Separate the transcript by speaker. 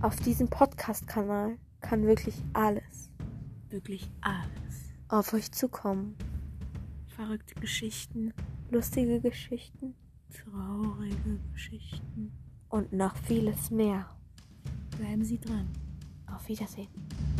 Speaker 1: Auf diesem Podcast-Kanal kann wirklich alles
Speaker 2: Wirklich alles.
Speaker 1: auf euch zukommen.
Speaker 2: Verrückte Geschichten,
Speaker 1: Lustige Geschichten
Speaker 2: traurige Geschichten.
Speaker 1: und noch vieles mehr.
Speaker 2: Bleiben Sie dran.
Speaker 1: Auf Wiedersehen.